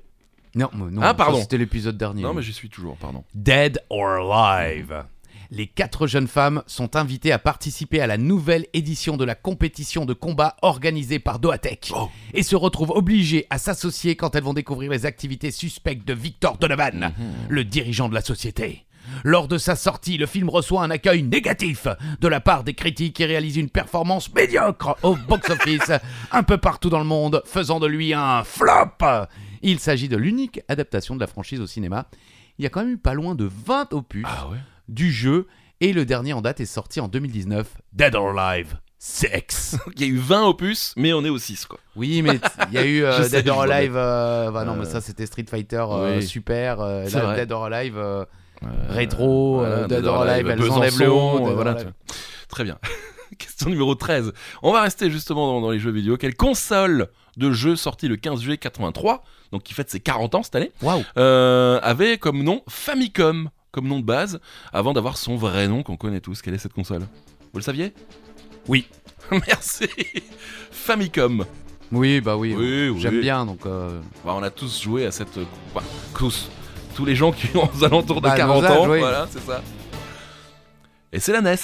Non, mais non Ah, ça, pardon. C'était l'épisode dernier. Non, mais j'y suis toujours, pardon. Hein, Dead or Alive. Les quatre jeunes femmes sont invitées à participer à la nouvelle édition de la compétition de combat organisée par Doatech Oh. et se retrouvent obligées à s'associer quand elles vont découvrir les activités suspectes de Victor Donovan, le dirigeant de la société. Lors de sa sortie, le film reçoit un accueil négatif de la part des critiques qui réalisent une performance médiocre au box-office un peu partout dans le monde, faisant de lui un flop. Il s'agit de l'unique adaptation de la franchise au cinéma. Il y a quand même eu pas loin de 20 opus Ah ouais du jeu et le dernier en date est sorti en 2019, Dead or Alive 6. Il y a eu 20 opus, mais on est au 6, quoi. Oui, mais il y a eu euh, Je sais, Dead or je vois Alive. euh, bah non, Euh, mais ça c'était Street Fighter euh, oui. Super. euh, C'est là, vrai. Dead or Alive, euh, Oh, rétro, euh, Dead or Alive, elles Besançon, enlèvent le haut. Dead euh, or voilà, Alive. tu vois. Très bien. Question numéro 13. On va rester justement dans, dans les jeux vidéo. Quelle console de jeu sortie le 15 juillet 83, donc qui fête ses 40 ans cette année, Waouh! euh, avait comme nom Famicom, comme nom de base, avant d'avoir son vrai nom qu'on connaît tous. Quelle est cette console Vous le saviez Oui. Merci. Famicom. Oui, bah oui. Oui, oui. J'aime bien donc. euh, Bah, on a tous joué à cette. bah, tous. Tous les gens qui ont aux alentours de Bah, nos 40 âges, ans. oui. Voilà, c'est ça. Et c'est la NES,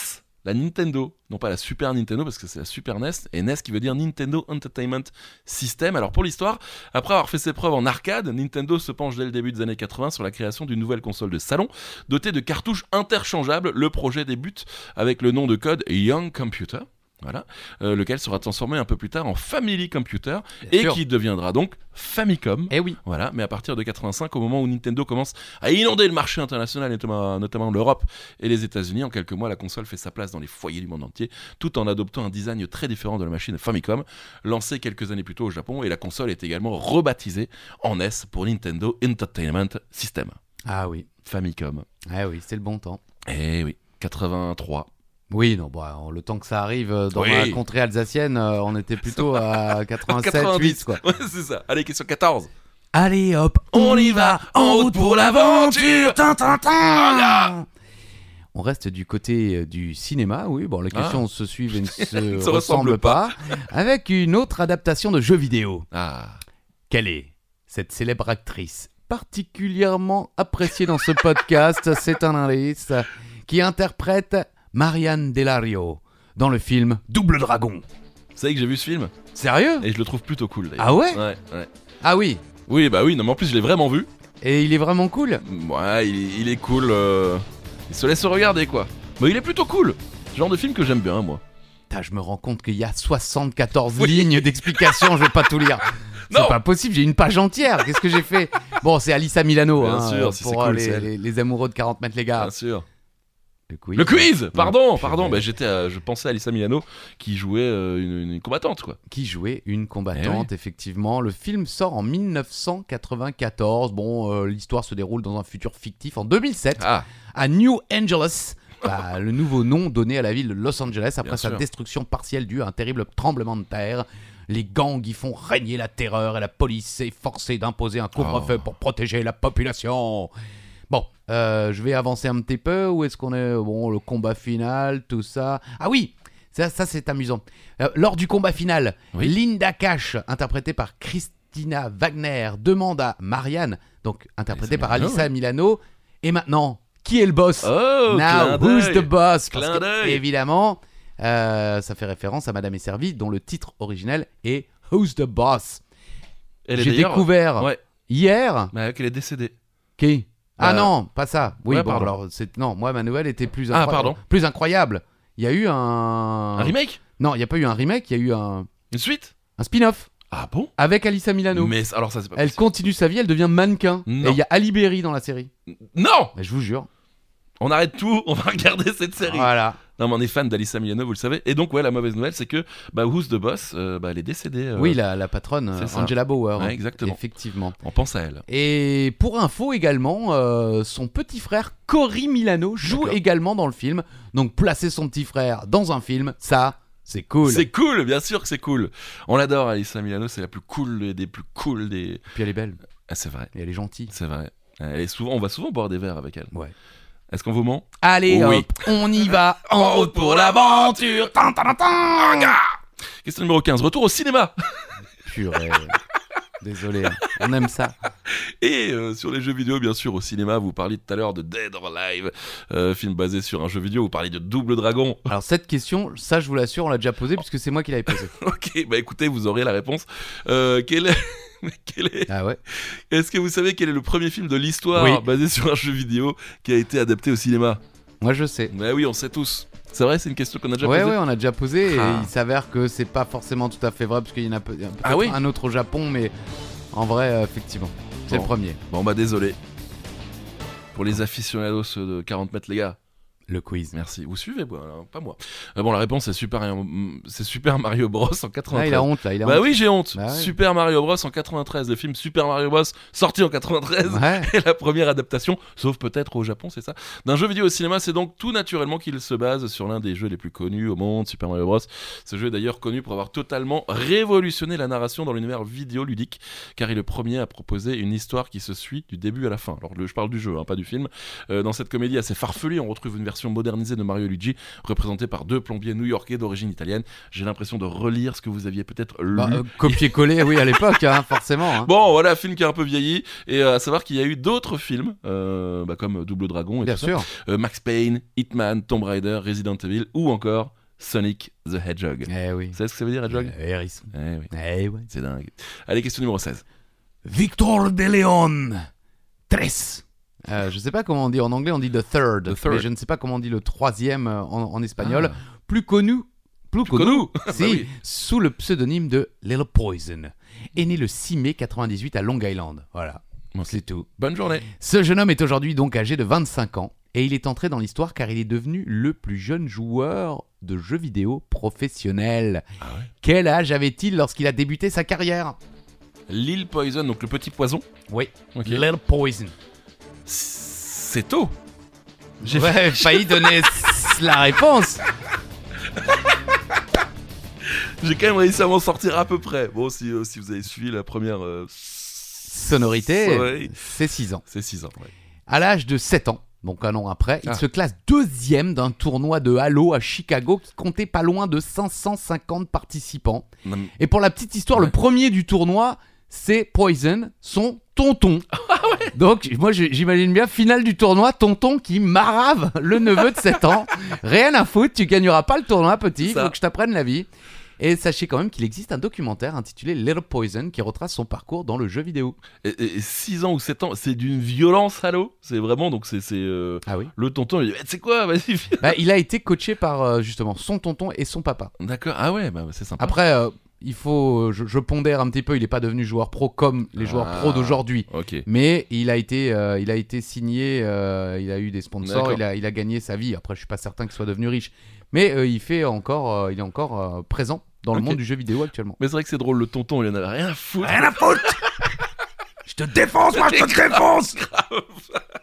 la Nintendo. Non pas la Super Nintendo parce que c'est la Super NES. Et NES qui veut dire Nintendo Entertainment System. Alors pour l'histoire, après avoir fait ses preuves en arcade, Nintendo se penche dès le début des années 80 sur la création d'une nouvelle console de salon dotée de cartouches interchangeables. Le projet débute avec le nom de code Young Computer. Voilà, euh, lequel sera transformé un peu plus tard en Family Computer Bien et sûr. qui deviendra donc Famicom. Eh oui. Voilà, mais à partir de 85, au moment où Nintendo commence à inonder le marché international, notamment, notamment l'Europe et les États-Unis, en quelques mois, la console fait sa place dans les foyers du monde entier, tout en adoptant un design très différent de la machine Famicom, lancée quelques années plus tôt au Japon, et la console est également rebaptisée en NES pour Nintendo Entertainment System. Ah oui. Famicom. Ah oui, c'est le bon temps. Eh oui, 83. Oui, non, bah, en- le temps que ça arrive euh, dans Oui. la contrée alsacienne, euh, on était plutôt à 87, 8, quoi. Ouais, c'est ça. Allez, question 14. Allez hop, On y va, en route pour l'aventure. Tin, tin, tin. Voilà. On reste du côté euh, du cinéma, oui, bon, les Ah. questions se suivent et ne se, ne se ressemblent, ressemblent pas, avec une autre adaptation de jeu vidéo. Ah, Quelle est cette célèbre actrice particulièrement appréciée dans ce podcast C'est un indice qui interprète Marianne Delario dans le film Double Dragon. vous savez que j'ai vu ce film Sérieux et je le trouve plutôt cool. d'ailleurs. Ah ouais Ouais, ouais. Ah oui, Oui, bah oui, non, mais en plus, je l'ai vraiment vu. et il est vraiment cool. Ouais, il, il est cool. euh, Il se laisse regarder, quoi. Mais il est plutôt cool. Ce Genre de film que j'aime bien, moi. Putain, je me rends compte qu'il y a 74 Oui. lignes d'explications, je vais pas tout lire. Non. C'est pas possible, j'ai une page entière. Qu'est-ce que j'ai fait Bon, c'est Alissa Milano, Bien hein, sûr, euh, si c'est pour cool, euh, c'est les, elle. les- les amoureux de 40 mètres, les gars. Bien sûr. Le quiz. Le quiz Pardon, Ouais, pardon. purée. Bah, j'étais, à- je pensais à Alissa Milano qui jouait euh, une, une combattante, quoi. Qui jouait une combattante, Eh effectivement. Le film sort en 1994. Bon, euh, l'histoire se déroule dans un futur fictif en 2007. Ah, à New Angeles. Bah, le nouveau nom donné à la ville de Los Angeles après Bien sa sûr. destruction partielle due à un terrible tremblement de terre. Les gangs y font régner la terreur et la police s'est forcée d'imposer un couvre-feu Ah. pour protéger la population. Bon, euh, je vais avancer un petit peu. Où est-ce qu'on est Bon, le combat final, tout ça. Ah oui ça, ça, c'est amusant. Euh, lors du combat final, Oui. Linda Cash, interprétée par Christina Wagner, demande à Marianne, donc interprétée Alissa par Milano, Alissa Milano, et maintenant, qui est le boss oh, clin Now, d'œil. who's the boss Parce Clin que, d'œil. Évidemment, euh, ça fait référence à Madame et Servie, dont le titre originel est Who's the boss Elle est J'ai d'ailleurs- découvert Ouais, hier. bah, qu'elle est décédée. Qui Ah Bah, non, pas ça. Oui, ouais, bon, pardon. alors, c'est... non, moi, ma nouvelle était plus, Ah, incroyable- pardon. plus incroyable. Il y a eu un. Un remake Non, il n'y a pas eu un remake, il y a eu un, Une suite un spin-off Ah bon avec Alissa Milano. Mais alors, ça, c'est pas. Elle continue sa vie, elle devient mannequin. Non. Et il y a Ali Berry dans la série. Non Mais je vous jure. On arrête tout, on va regarder cette série. Voilà. Non, mais on est fan d'Alissa Milano, vous le savez. Et donc, ouais, la mauvaise nouvelle, c'est que bah, Who's the Boss, euh, bah, elle est décédée. euh, Oui, la, la patronne, c'est euh, ça. Angela Bauer. Ouais, exactement. Effectivement. On pense à elle. Et pour info également, euh, son petit frère Cory Milano joue D'accord. également dans le film. Donc placer son petit frère dans un film, ça, c'est cool. C'est cool, bien sûr que c'est cool. On l'adore, Alissa Milano, c'est la plus cool des, des plus cool des. Puis elle est belle, Ah, c'est vrai, et elle est gentille. c'est vrai. Elle est souvent, on va souvent boire des verres avec elle. Ouais. Est-ce qu'on vous ment Allez, Oui. hop, on y va. En route pour l'aventure Tan, Ah. tan, tan, tan. Question numéro 15, retour au cinéma Purée. Désolé, hein. on aime ça. Et euh, sur les jeux vidéo, bien sûr, au cinéma, vous parliez tout à l'heure de Dead or Alive, euh, film basé sur un jeu vidéo, vous parliez de Double Dragon. Alors cette question, ça je vous l'assure, on l'a déjà posée puisque c'est moi qui l'avais posée. ok, bah écoutez, vous aurez la réponse. Euh, quel est... mais quel est- Ah ouais Est-ce que vous savez quel est le premier film de l'histoire Oui. basé sur un jeu vidéo qui a été adapté au cinéma Moi je sais. Bah oui, on sait tous. C'est vrai, c'est une question qu'on a déjà ouais, posée. ouais, on a déjà posé et Ah. il s'avère que c'est pas forcément tout à fait vrai parce qu'il y en a peut- peut-être Ah oui un autre au Japon, mais en vrai, euh, effectivement, c'est Bon. le premier. Bon bah désolé. Pour les aficionados de 40 mètres, les gars, Le quiz. merci. Vous suivez, moi, alors, pas moi. Euh, bon, la réponse, c'est Super, c'est Super Mario Bros. en 93. Là, Ah, il a honte, là, il a Bah honte. oui, j'ai honte. Bah ouais. Super Mario Bros en 93, le film Super Mario Bros sorti en 93 Ouais. est la première adaptation, sauf peut-être au Japon, c'est ça, d'un jeu vidéo au cinéma. C'est donc tout naturellement qu'il se base sur l'un des jeux les plus connus au monde, Super Mario Bros. Ce jeu est d'ailleurs connu pour avoir totalement révolutionné la narration dans l'univers vidéoludique, car il est le premier à proposer une histoire qui se suit du début à la fin. Alors le- je parle du jeu, hein, pas du film. Euh, dans cette comédie assez farfelue, on retrouve une version modernisée de Mario et Luigi, représentée par deux plombiers new-yorkais d'origine italienne. J'ai l'impression de relire ce que vous aviez peut-être lu. Bah, euh, Copier-coller, oui, à l'époque, hein, forcément. hein. Bon, voilà, film qui a un peu vieilli. Et euh, à savoir qu'il y a eu d'autres films, euh, bah, comme Double Dragon et Bien tout sûr. ça. Euh, Max Payne, Hitman, Tomb Raider, Resident Evil ou encore Sonic the Hedgehog. Eh oui. Vous savez ce que ça veut dire, Euh, Hedgehog Hérisson. Eh oui, Eh ouais. c'est dingue. Allez, question numéro 16. Victor de Leon. Tres. Euh, je sais pas comment on dit en anglais, on dit the third, The third. mais je ne sais pas comment on dit le troisième euh, en, en espagnol. Ah. Plus connu, plus connu, Bah Conou si, oui. sous le pseudonyme de Little Poison, est né le 6 mai 98 à Long Island. Voilà, Ok. c'est tout. Bonne journée. Ce jeune homme est aujourd'hui donc âgé de 25 ans et il est entré dans l'histoire car il est devenu le plus jeune joueur de jeux vidéo professionnel. Quel âge avait-il lorsqu'il a débuté sa carrière Lil Poison, donc le petit poison. Oui, Ok. Little Poison. C'est tôt. J'ai J'ai failli donner la réponse. J'ai quand même réussi à m'en sortir à peu près. Bon, si, euh, si vous avez suivi la première. euh, Sonorité, Ouais. c'est 6 ans. C'est 6 ans. ouais. À l'âge de 7 ans, donc un an après, Ah. il se classe deuxième d'un tournoi de Halo à Chicago qui comptait pas loin de 550 participants. Non, mais- Et pour la petite histoire, Ouais. le premier du tournoi, c'est Poison, son tonton. Ah Donc moi je- j'imagine bien, finale du tournoi, tonton qui marave le neveu de 7 ans. Rien à foutre, tu gagneras pas le tournoi petit, Ça. faut que je t'apprenne la vie. Et sachez quand même qu'il existe un documentaire intitulé Little Poison qui retrace son parcours dans le jeu vidéo. Et 6 ans ou 7 ans, c'est d'une violence, allô C'est vraiment, donc c'est. c'est, euh, Ah oui Le tonton, il dit, Eh, tu sais quoi, vas-y, viens. Bah, il a été coaché par euh, justement son tonton et son papa. D'accord, ah ouais, bah, c'est sympa. Après, euh, il faut, euh, je, je pondère un petit peu, il n'est pas devenu joueur pro comme les joueurs Ah. pro d'aujourd'hui. Ok. Mais il a été, euh, il a été signé, euh, il a eu des sponsors, D'accord. il a, il a gagné sa vie. Après, je suis pas certain qu'il soit devenu riche, mais euh, il fait encore, euh, il est encore euh, présent dans le Ok. monde du jeu vidéo actuellement. Mais c'est vrai que c'est drôle, le tonton, il en a rien à foutre. Rien à foutre Je te défonce, moi je te défonce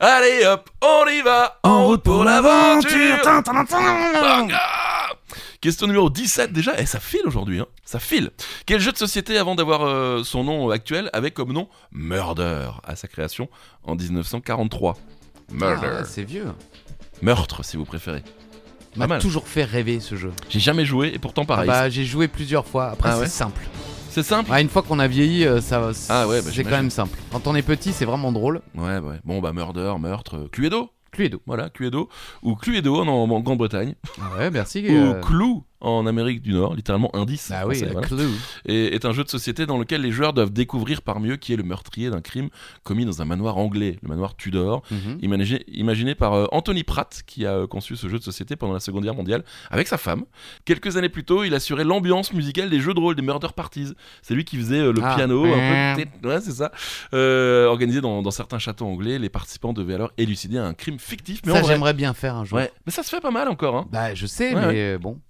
Allez hop, on y va En route pour l'aventure l'aventure Tin, tin, tin, tin. Manga Question numéro 17 déjà, et ça file aujourd'hui, hein. ça file. Quel jeu de société avant d'avoir euh, son nom actuel avait comme nom Murder à sa création en 1943 Murder. Ah, c'est vieux. Meurtre si vous préférez. Pas M'a mal. toujours fait rêver ce jeu. J'ai jamais joué et pourtant pareil. Ah bah, j'ai joué plusieurs fois. Après, Ah c'est ouais simple. C'est simple Ouais, une fois qu'on a vieilli, euh, ça, Ah ouais, bah, c'est j'imagine. quand même simple. Quand on est petit, c'est vraiment drôle. Ouais, ouais. Bon bah Murder, Meurtre, euh, Cluedo Cluedo. voilà, Cluedo, ou Cluedo en, en Grande-Bretagne, Ah ouais, merci. ou euh, Clou en Amérique du Nord, littéralement indice. Ah oui, français, voilà. Clue. et est un jeu de société dans lequel les joueurs doivent découvrir parmi eux qui est le meurtrier d'un crime commis dans un manoir anglais, le manoir Tudor, Mhm. imagé- imaginé par euh, Anthony Pratt, qui a euh, conçu ce jeu de société pendant la Seconde Guerre mondiale avec sa femme. Quelques années plus tôt, il assurait l'ambiance musicale des jeux de rôle, des murder parties. C'est lui qui faisait euh, le Ah. piano, un peu. Ouais, c'est ça. Euh, organisé dans, dans certains châteaux anglais, les participants devaient alors élucider un crime fictif, mais ça, en vrai. j'aimerais bien faire un jour. Ouais, mais ça se fait pas mal encore. Hein. Bah, je sais, Ouais, mais ouais. euh, bon.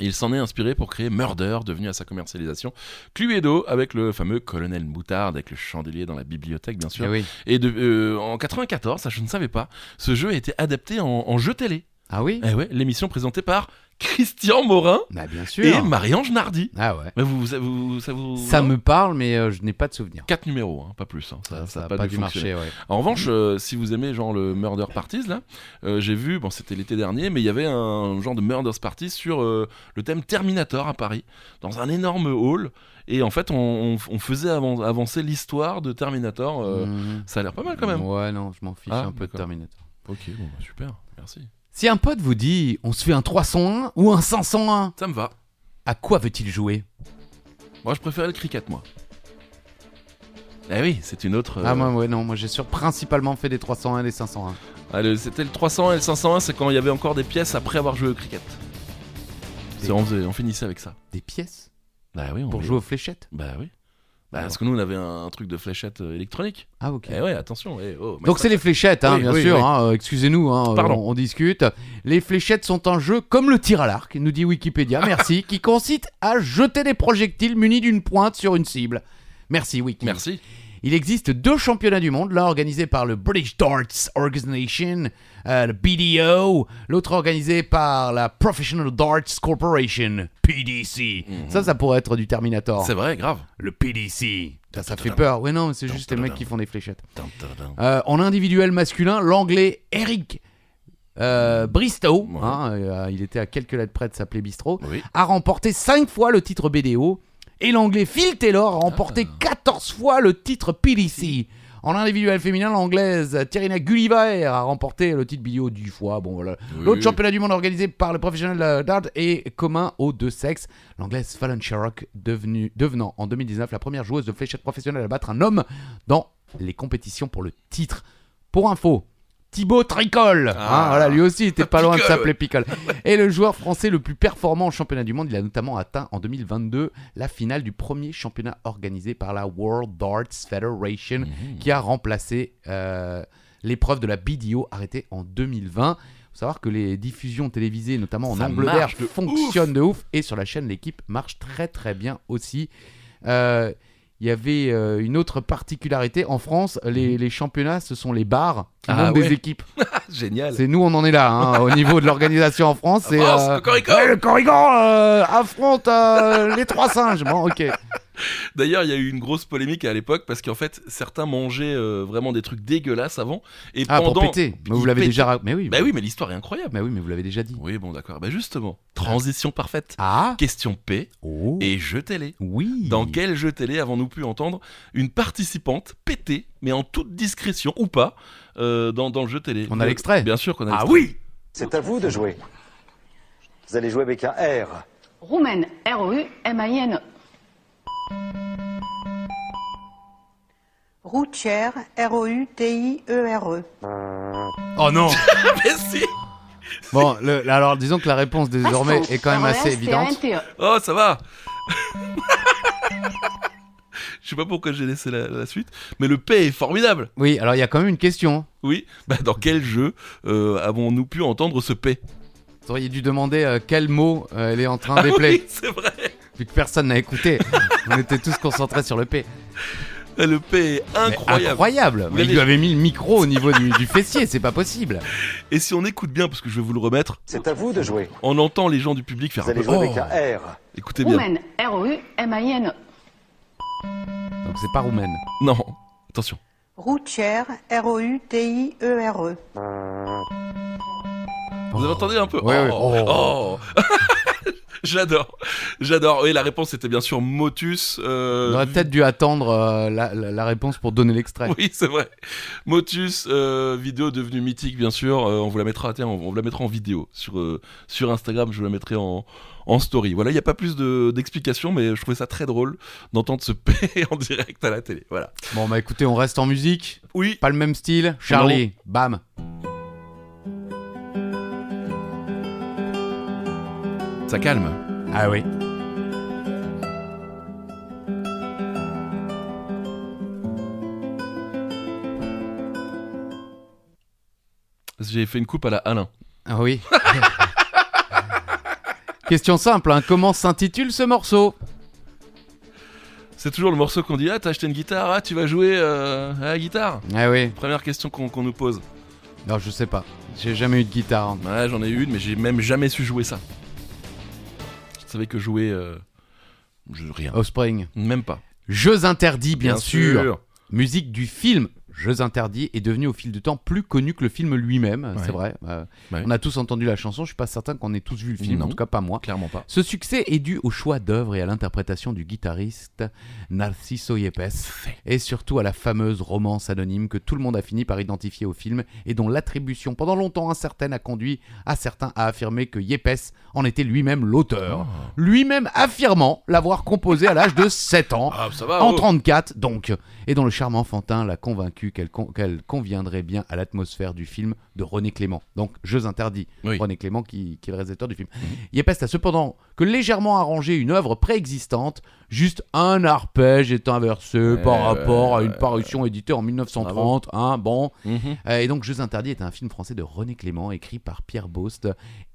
Et Il s'en est inspiré pour créer Murder, devenu à sa commercialisation Cluedo, avec le fameux colonel Moutarde, avec le chandelier dans la bibliothèque, bien sûr. Ah oui. Et de, euh, en 94, ça je ne savais pas, ce jeu a été adapté en, en jeu télé. Ah oui Mmh. Eh ouais, l'émission présentée par Christian Morin Bah, bien sûr. Eh. et Marie-Ange Nardi. Ah ouais. Mais vous, ça vous, ça vous- Ça non me parle, mais euh, je n'ai pas de souvenir. Quatre numéros, hein, pas plus. hein. Ça, ça a n'a pas, dû fonctionner. marché, ouais. En revanche, euh, si vous aimez genre le Murder Parties, là, euh, j'ai vu, bon, c'était l'été dernier, mais il y avait un genre de Murder Parties sur euh, le thème Terminator à Paris, dans un énorme hall. Et en fait, on, on- on faisait avan- avancer l'histoire de Terminator. euh, Mmh. Ça a l'air pas mal quand même. Ouais, non, je m'en fiche Ah, un peu de d'accord. Terminator. Ok, bon, bah, super, merci. Si un pote vous dit on se fait un 301 ou un 501, Ça me va. à quoi veut-il jouer Moi, je préférais le cricket, moi. Eh oui, c'est une autre. euh, Ah, moi, ouais, non, moi j'ai sur principalement fait des 301 et des 501. ah, le- c'était le 300 et le 501, c'est quand il y avait encore des pièces après avoir joué au cricket. C'est- On, faisait- on finissait avec ça. Des pièces Bah oui, on pour les- jouer aux fléchettes Bah oui. Bah, parce que nous, on avait un, un truc de fléchette euh, électronique. Ah, ok. Eh ouais, attention. eh, oh, Donc c'est les fléchettes, hein, Oui, bien oui, sûr. oui. hein, euh, Excusez-nous, hein, euh, Pardon. On, on discute. Les fléchettes sont un jeu comme le tir à l'arc, nous dit Wikipédia. Merci, qui consiste à jeter des projectiles munis d'une pointe sur une cible. Merci Wiki. Merci. Il existe deux championnats du monde, l'un organisé par le British Darts Organization, euh, le BDO, l'autre organisé par la Professional Darts Corporation, PDC. Mhm. Ça, ça pourrait être du Terminator. C'est vrai, grave. Le PDC. Ça, ça fait peur. Ouais, non, mais c'est juste les mecs qui font des fléchettes. Dun, dun, dun. Euh, en individuel masculin, l'anglais Eric euh, Bristow, Ouais. hein, euh, il était à quelques lettres près de s'appeler Bistro, Oui. a remporté 5 fois le titre BDO. Et l'anglais Phil Taylor a remporté 14 fois le titre PDC. En individuel féminin, l'anglaise Terina Gulliver a remporté le titre BDO 10 fois. Bon, voilà. Oui. L'autre championnat du monde organisé par le professionnel euh, d'art est commun aux deux sexes. L'anglaise Fallon Sherrock, devenue, devenant en 2019 la première joueuse de fléchette professionnelle à battre un homme dans les compétitions pour le titre. Pour info, Thibaut Tricol, hein, Ah. voilà, lui aussi était pas loin de Picole, s'appeler Picole, est le joueur français le plus performant au championnat du monde. Il a notamment atteint en 2022 la finale du premier championnat organisé par la World Darts Federation Mhm. qui a remplacé euh, l'épreuve de la BDO arrêtée en 2020. Faut savoir que les diffusions télévisées, notamment en Ça Angleterre, marche de fonctionnent de ouf. Et sur la chaîne, l'équipe marche très très bien aussi. Euh, Il y avait euh, une autre particularité. En France, les, les championnats, ce sont les bars qui Mhm. Ah montent ouais. des équipes. Ah, génial. C'est nous, on en est là. hein, au niveau de l'organisation en France, c'est. France, euh, cocorico. ouais, le Corrigan euh, affronte euh, les trois singes. Bon, ok. D'ailleurs, il y a eu une grosse polémique à l'époque parce qu'en fait, certains mangeaient euh, vraiment des trucs dégueulasses avant. Et Ah, pendant... pour péter. Mais vous Ils l'avez pétaient. déjà. ra- Mais oui. Bah oui, mais l'histoire est incroyable. Mais oui, mais vous l'avez déjà dit. Oui, bon, d'accord. Bah justement, transition parfaite. Ah. Question P Oh. et jeu télé. Oui. Dans quel jeu télé avons-nous pu entendre une participante péter, mais en toute discrétion ou pas, euh, dans, dans le jeu télé On a l'extrait. Bien sûr qu'on a Ah l'extrait. oui. C'est à vous de jouer. Vous allez jouer avec un R. Roumaine, R-O-U-M-A-I-N. Routière, R-O-U-T-I-E-R-E. Oh non. Mais si Bon, le- alors disons que la réponse désormais est quand même assez évidente. R-O-U-S-T-A-N-T-E. Oh, ça va Je sais pas pourquoi j'ai laissé la, la suite, mais le P est formidable. Oui, alors il y a quand même une question. hein. Oui. Bah, dans quel jeu euh, avons-nous pu entendre ce P Vous auriez dû demander euh, quel mot euh, elle est en train Ah oui, d'épeler, c'est vrai. vu que personne n'a écouté. On était tous concentrés sur le P. Le P est Mais incroyable. incroyable. Vous Mais il l'avez- lui avait mis le micro au niveau du, du fessier, c'est pas possible. Et si on écoute bien, parce que je vais vous le remettre, C'est à vous de jouer. on entend les gens du public faire Vous un peu. allez jouer Oh avec un R. Écoutez bien. Roumaine, R-O-U-M-A-I-N. Donc c'est pas roumaine. Non, attention. Routière, E R-O-U-T-I-E-R-E. Vous avez entendu un peu Ouais, ouais. Oh, oh. J'adore, j'adore. Oui, la réponse était bien sûr Motus. euh, On aurait peut-être dû attendre euh, la, la- la réponse pour donner l'extrait. Oui, c'est vrai. Motus, euh, vidéo devenue mythique, bien sûr. Euh, on vous la mettra, tiens, on, on vous la mettra en vidéo sur euh, sur Instagram. Je vous la mettrai en, en story. Voilà, il n'y a pas plus de- d'explications, mais je trouvais ça très drôle d'entendre ce P en direct à la télé. Voilà. Bon, bah écoutez, on reste en musique. Oui. Pas le même style. Charlie, bam. Ça calme. Ah oui. J'ai fait une coupe à la Alain. Ah oui. Question simple, hein. comment s'intitule ce morceau C'est toujours le morceau qu'on dit. Ah, t'as acheté une guitare. Ah, tu vas jouer euh, à la guitare. Ah oui, Première question qu'on qu'on nous pose. non je sais pas, j'ai jamais eu de guitare. hein. Ouais, j'en ai une, mais j'ai même jamais su jouer ça. Tu savais que jouer. euh, je- rien. Offspring. Même pas. Jeux interdits, bien, sûr. Musique du film Jeux interdits est devenu au fil du temps plus connu que le film lui-même, Ouais. c'est vrai. Euh, Ouais. On a tous entendu la chanson, je suis pas certain qu'on ait tous vu le film, Non. en tout cas pas moi. Clairement pas. Ce succès est dû au choix d'œuvre et à l'interprétation du guitariste Narciso Yepes, et surtout à la fameuse romance anonyme que tout le monde a fini par identifier au film et dont l'attribution pendant longtemps incertaine a conduit à certains à affirmer que Yepes en était lui-même l'auteur, lui-même affirmant l'avoir composé à l'âge de 7 ans Ah, ça va. en oh. 34 donc, et dont le charme enfantin l'a convaincu qu'elle con- qu'elle conviendrait bien à l'atmosphère du film de René Clément. Donc, Jeux interdits, Oui. Mhm. René Clément qui, qui est le réalisateur du film. Yepes a cependant que légèrement arrangé une œuvre préexistante, juste un arpège étant inversé par rapport à une parution éditée Ah en 1930, hein, bon. Mhm. Euh, et donc, Jeux interdits est un film français de René Clément, écrit par Pierre Bost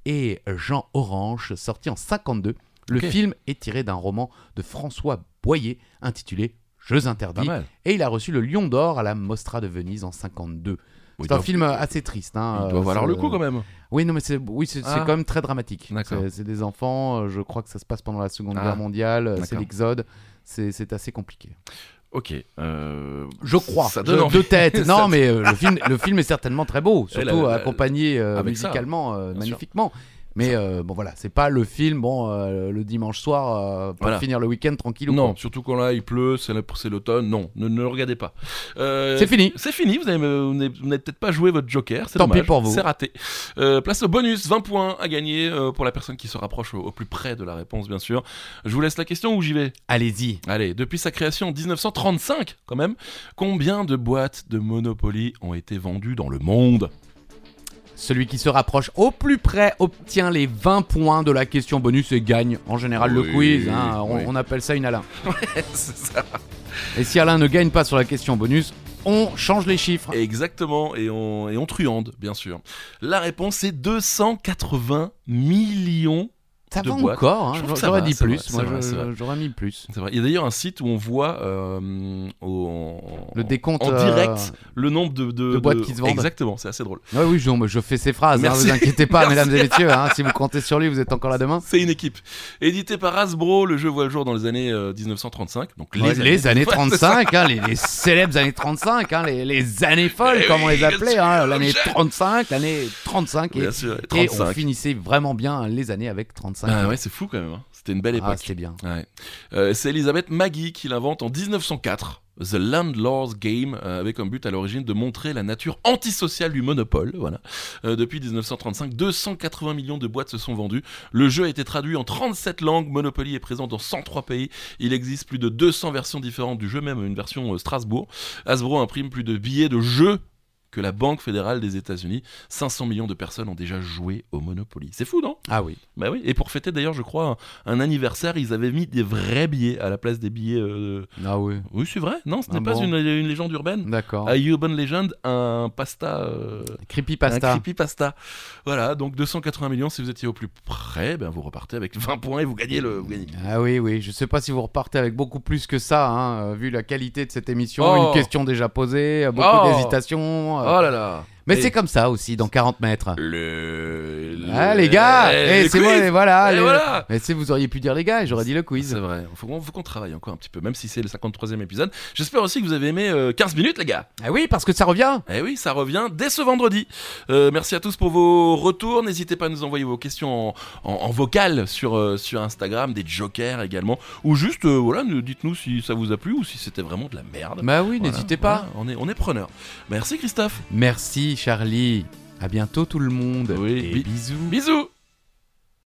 et Jean Orange, sorti en 52. Le Ok. film est tiré d'un roman de François Boyer intitulé Jeux Pas interdits mal. et il a reçu le Lion d'or à la Mostra de Venise en 52. Oui, c'est un donc, film assez triste. Hein, Il euh, doit valoir ça- le coup quand même. Oui, non, mais c'est oui, c'est- c'est Ah. quand même très dramatique. D'accord. C'est- C'est des enfants. euh, Je crois que ça se passe pendant la Seconde Ah. Guerre mondiale. euh, C'est D'accord. l'exode. C'est c'est assez compliqué. Ok. euh, Je crois. Ça Je- donne envie. de tête. Ça- non, mais euh, le, film, le film est certainement très beau, Eh, la- surtout la- accompagné euh, avec ça, musicalement euh, bien sûr. magnifiquement. Mais euh, bon, voilà, c'est pas le film bon euh, le dimanche soir euh, pour Voilà. finir le week-end tranquille. Non, surtout quand là il pleut, c'est la- c'est l'automne. Non, ne, ne le regardez pas. Euh, C'est fini. C'est fini, vous avez- vous n'avez vous n'avez peut-être pas joué votre joker, c'est Tant dommage, pis pour vous. c'est raté. Euh, place au bonus, 20 points à gagner euh, pour la personne qui se rapproche au, au plus près de la réponse, bien sûr. Je vous laisse la question ou j'y vais Allez-y. Allez, depuis sa création en 1935, quand même, combien de boîtes de Monopoly ont été vendues dans le monde Celui qui se rapproche au plus près obtient les 20 points de la question bonus et gagne en général Oui, le quiz. hein. On, oui. on appelle ça une Alain. C'est ça. Et si Alain ne gagne pas sur la question bonus, on change les chiffres. Exactement, et on, et on truande, bien sûr. La réponse est 280 millions Ça de va boîte. encore. hein. Je trouve que ça J'aurais va, dit c'est vrai, plus. c'est Moi, vrai, je- c'est vrai. j'aurais mis plus. C'est vrai. Il y a d'ailleurs un site où on voit euh, au- en- Le décompte en euh, direct le nombre de, de boîtes qui se vendent. Exactement, c'est assez drôle. Ouais, Ah oui, je, mais je fais ces phrases, ne Merci. vous inquiétez pas, Merci. mesdames et messieurs. hein, si vous comptez sur lui, vous êtes encore là demain. C'est une équipe. Édité par Hasbro, le jeu voit le jour dans les années euh, 1935. Donc Ouais, Les, années Ouais, c'est 35, hein, les, les célèbres années 35, hein, les, les années folles, Eh comme on oui, les bien appelait, sûr, hein, l'année je- 35, l'année 35, ça. et, Bien sûr, et et 35. on finissait vraiment bien les années avec 35. Ah ouais, c'est fou quand même. hein. C'était une belle Ah, époque. c'était bien. Ouais. Euh, c'est Elisabeth Maggie qui l'invente en 1904. The Landlord's Game euh, avait comme but à l'origine de montrer la nature antisociale du monopole. Voilà. Euh, depuis 1935, 280 millions de boîtes se sont vendues. Le jeu a été traduit en 37 langues. Monopoly est présent dans 103 pays. Il existe plus de 200 versions différentes du jeu, même une version euh, Strasbourg. Hasbro imprime plus de billets de jeu que la Banque fédérale des États-Unis. 500 millions de personnes ont déjà joué au Monopoly. C'est fou, non Ah oui. bah oui, et pour fêter d'ailleurs, je crois, un, un anniversaire, ils avaient mis des vrais billets à la place des billets. euh, Ah oui. Oui, c'est vrai Non, ce n'est Ah pas bon une, une légende urbaine D'accord. A urban legend, un pasta. euh, Un Creepypasta. creepypasta. Voilà, donc 280 millions, si vous étiez au plus près, ben vous repartez avec 20 points et vous gagnez le. Vous gagnez. Ah oui, oui. Je sais pas si vous repartez avec beaucoup plus que ça, hein, euh, vu la qualité de cette émission. Oh. Une question déjà posée, euh, beaucoup Oh. d'hésitation. Oh euh, là là Mais Et c'est comme ça aussi, dans 40 mètres. Le. le- Ah, les gars le Eh, c'est moi, quiz les- voilà, Et les- voilà Mais si vous auriez pu dire les gars, et j'aurais dit le quiz. C'est vrai, faut qu'on faut qu'on travaille encore un petit peu, même si c'est le 53e épisode. J'espère aussi que vous avez aimé euh, 15 minutes, les gars Ah oui, parce que ça revient Eh oui, ça revient dès ce vendredi. Euh, merci à tous pour vos retours. N'hésitez pas à nous envoyer vos questions en, en- en vocal sur, euh, sur Instagram, des jokers également. Ou juste, euh, voilà, nous- dites-nous si ça vous a plu ou si c'était vraiment de la merde. Bah oui, Voilà, n'hésitez pas. voilà, on, est, on est preneurs. Merci Christophe. Merci Charlie. À bientôt tout le monde. Oui, Et bi- bisous. Bisous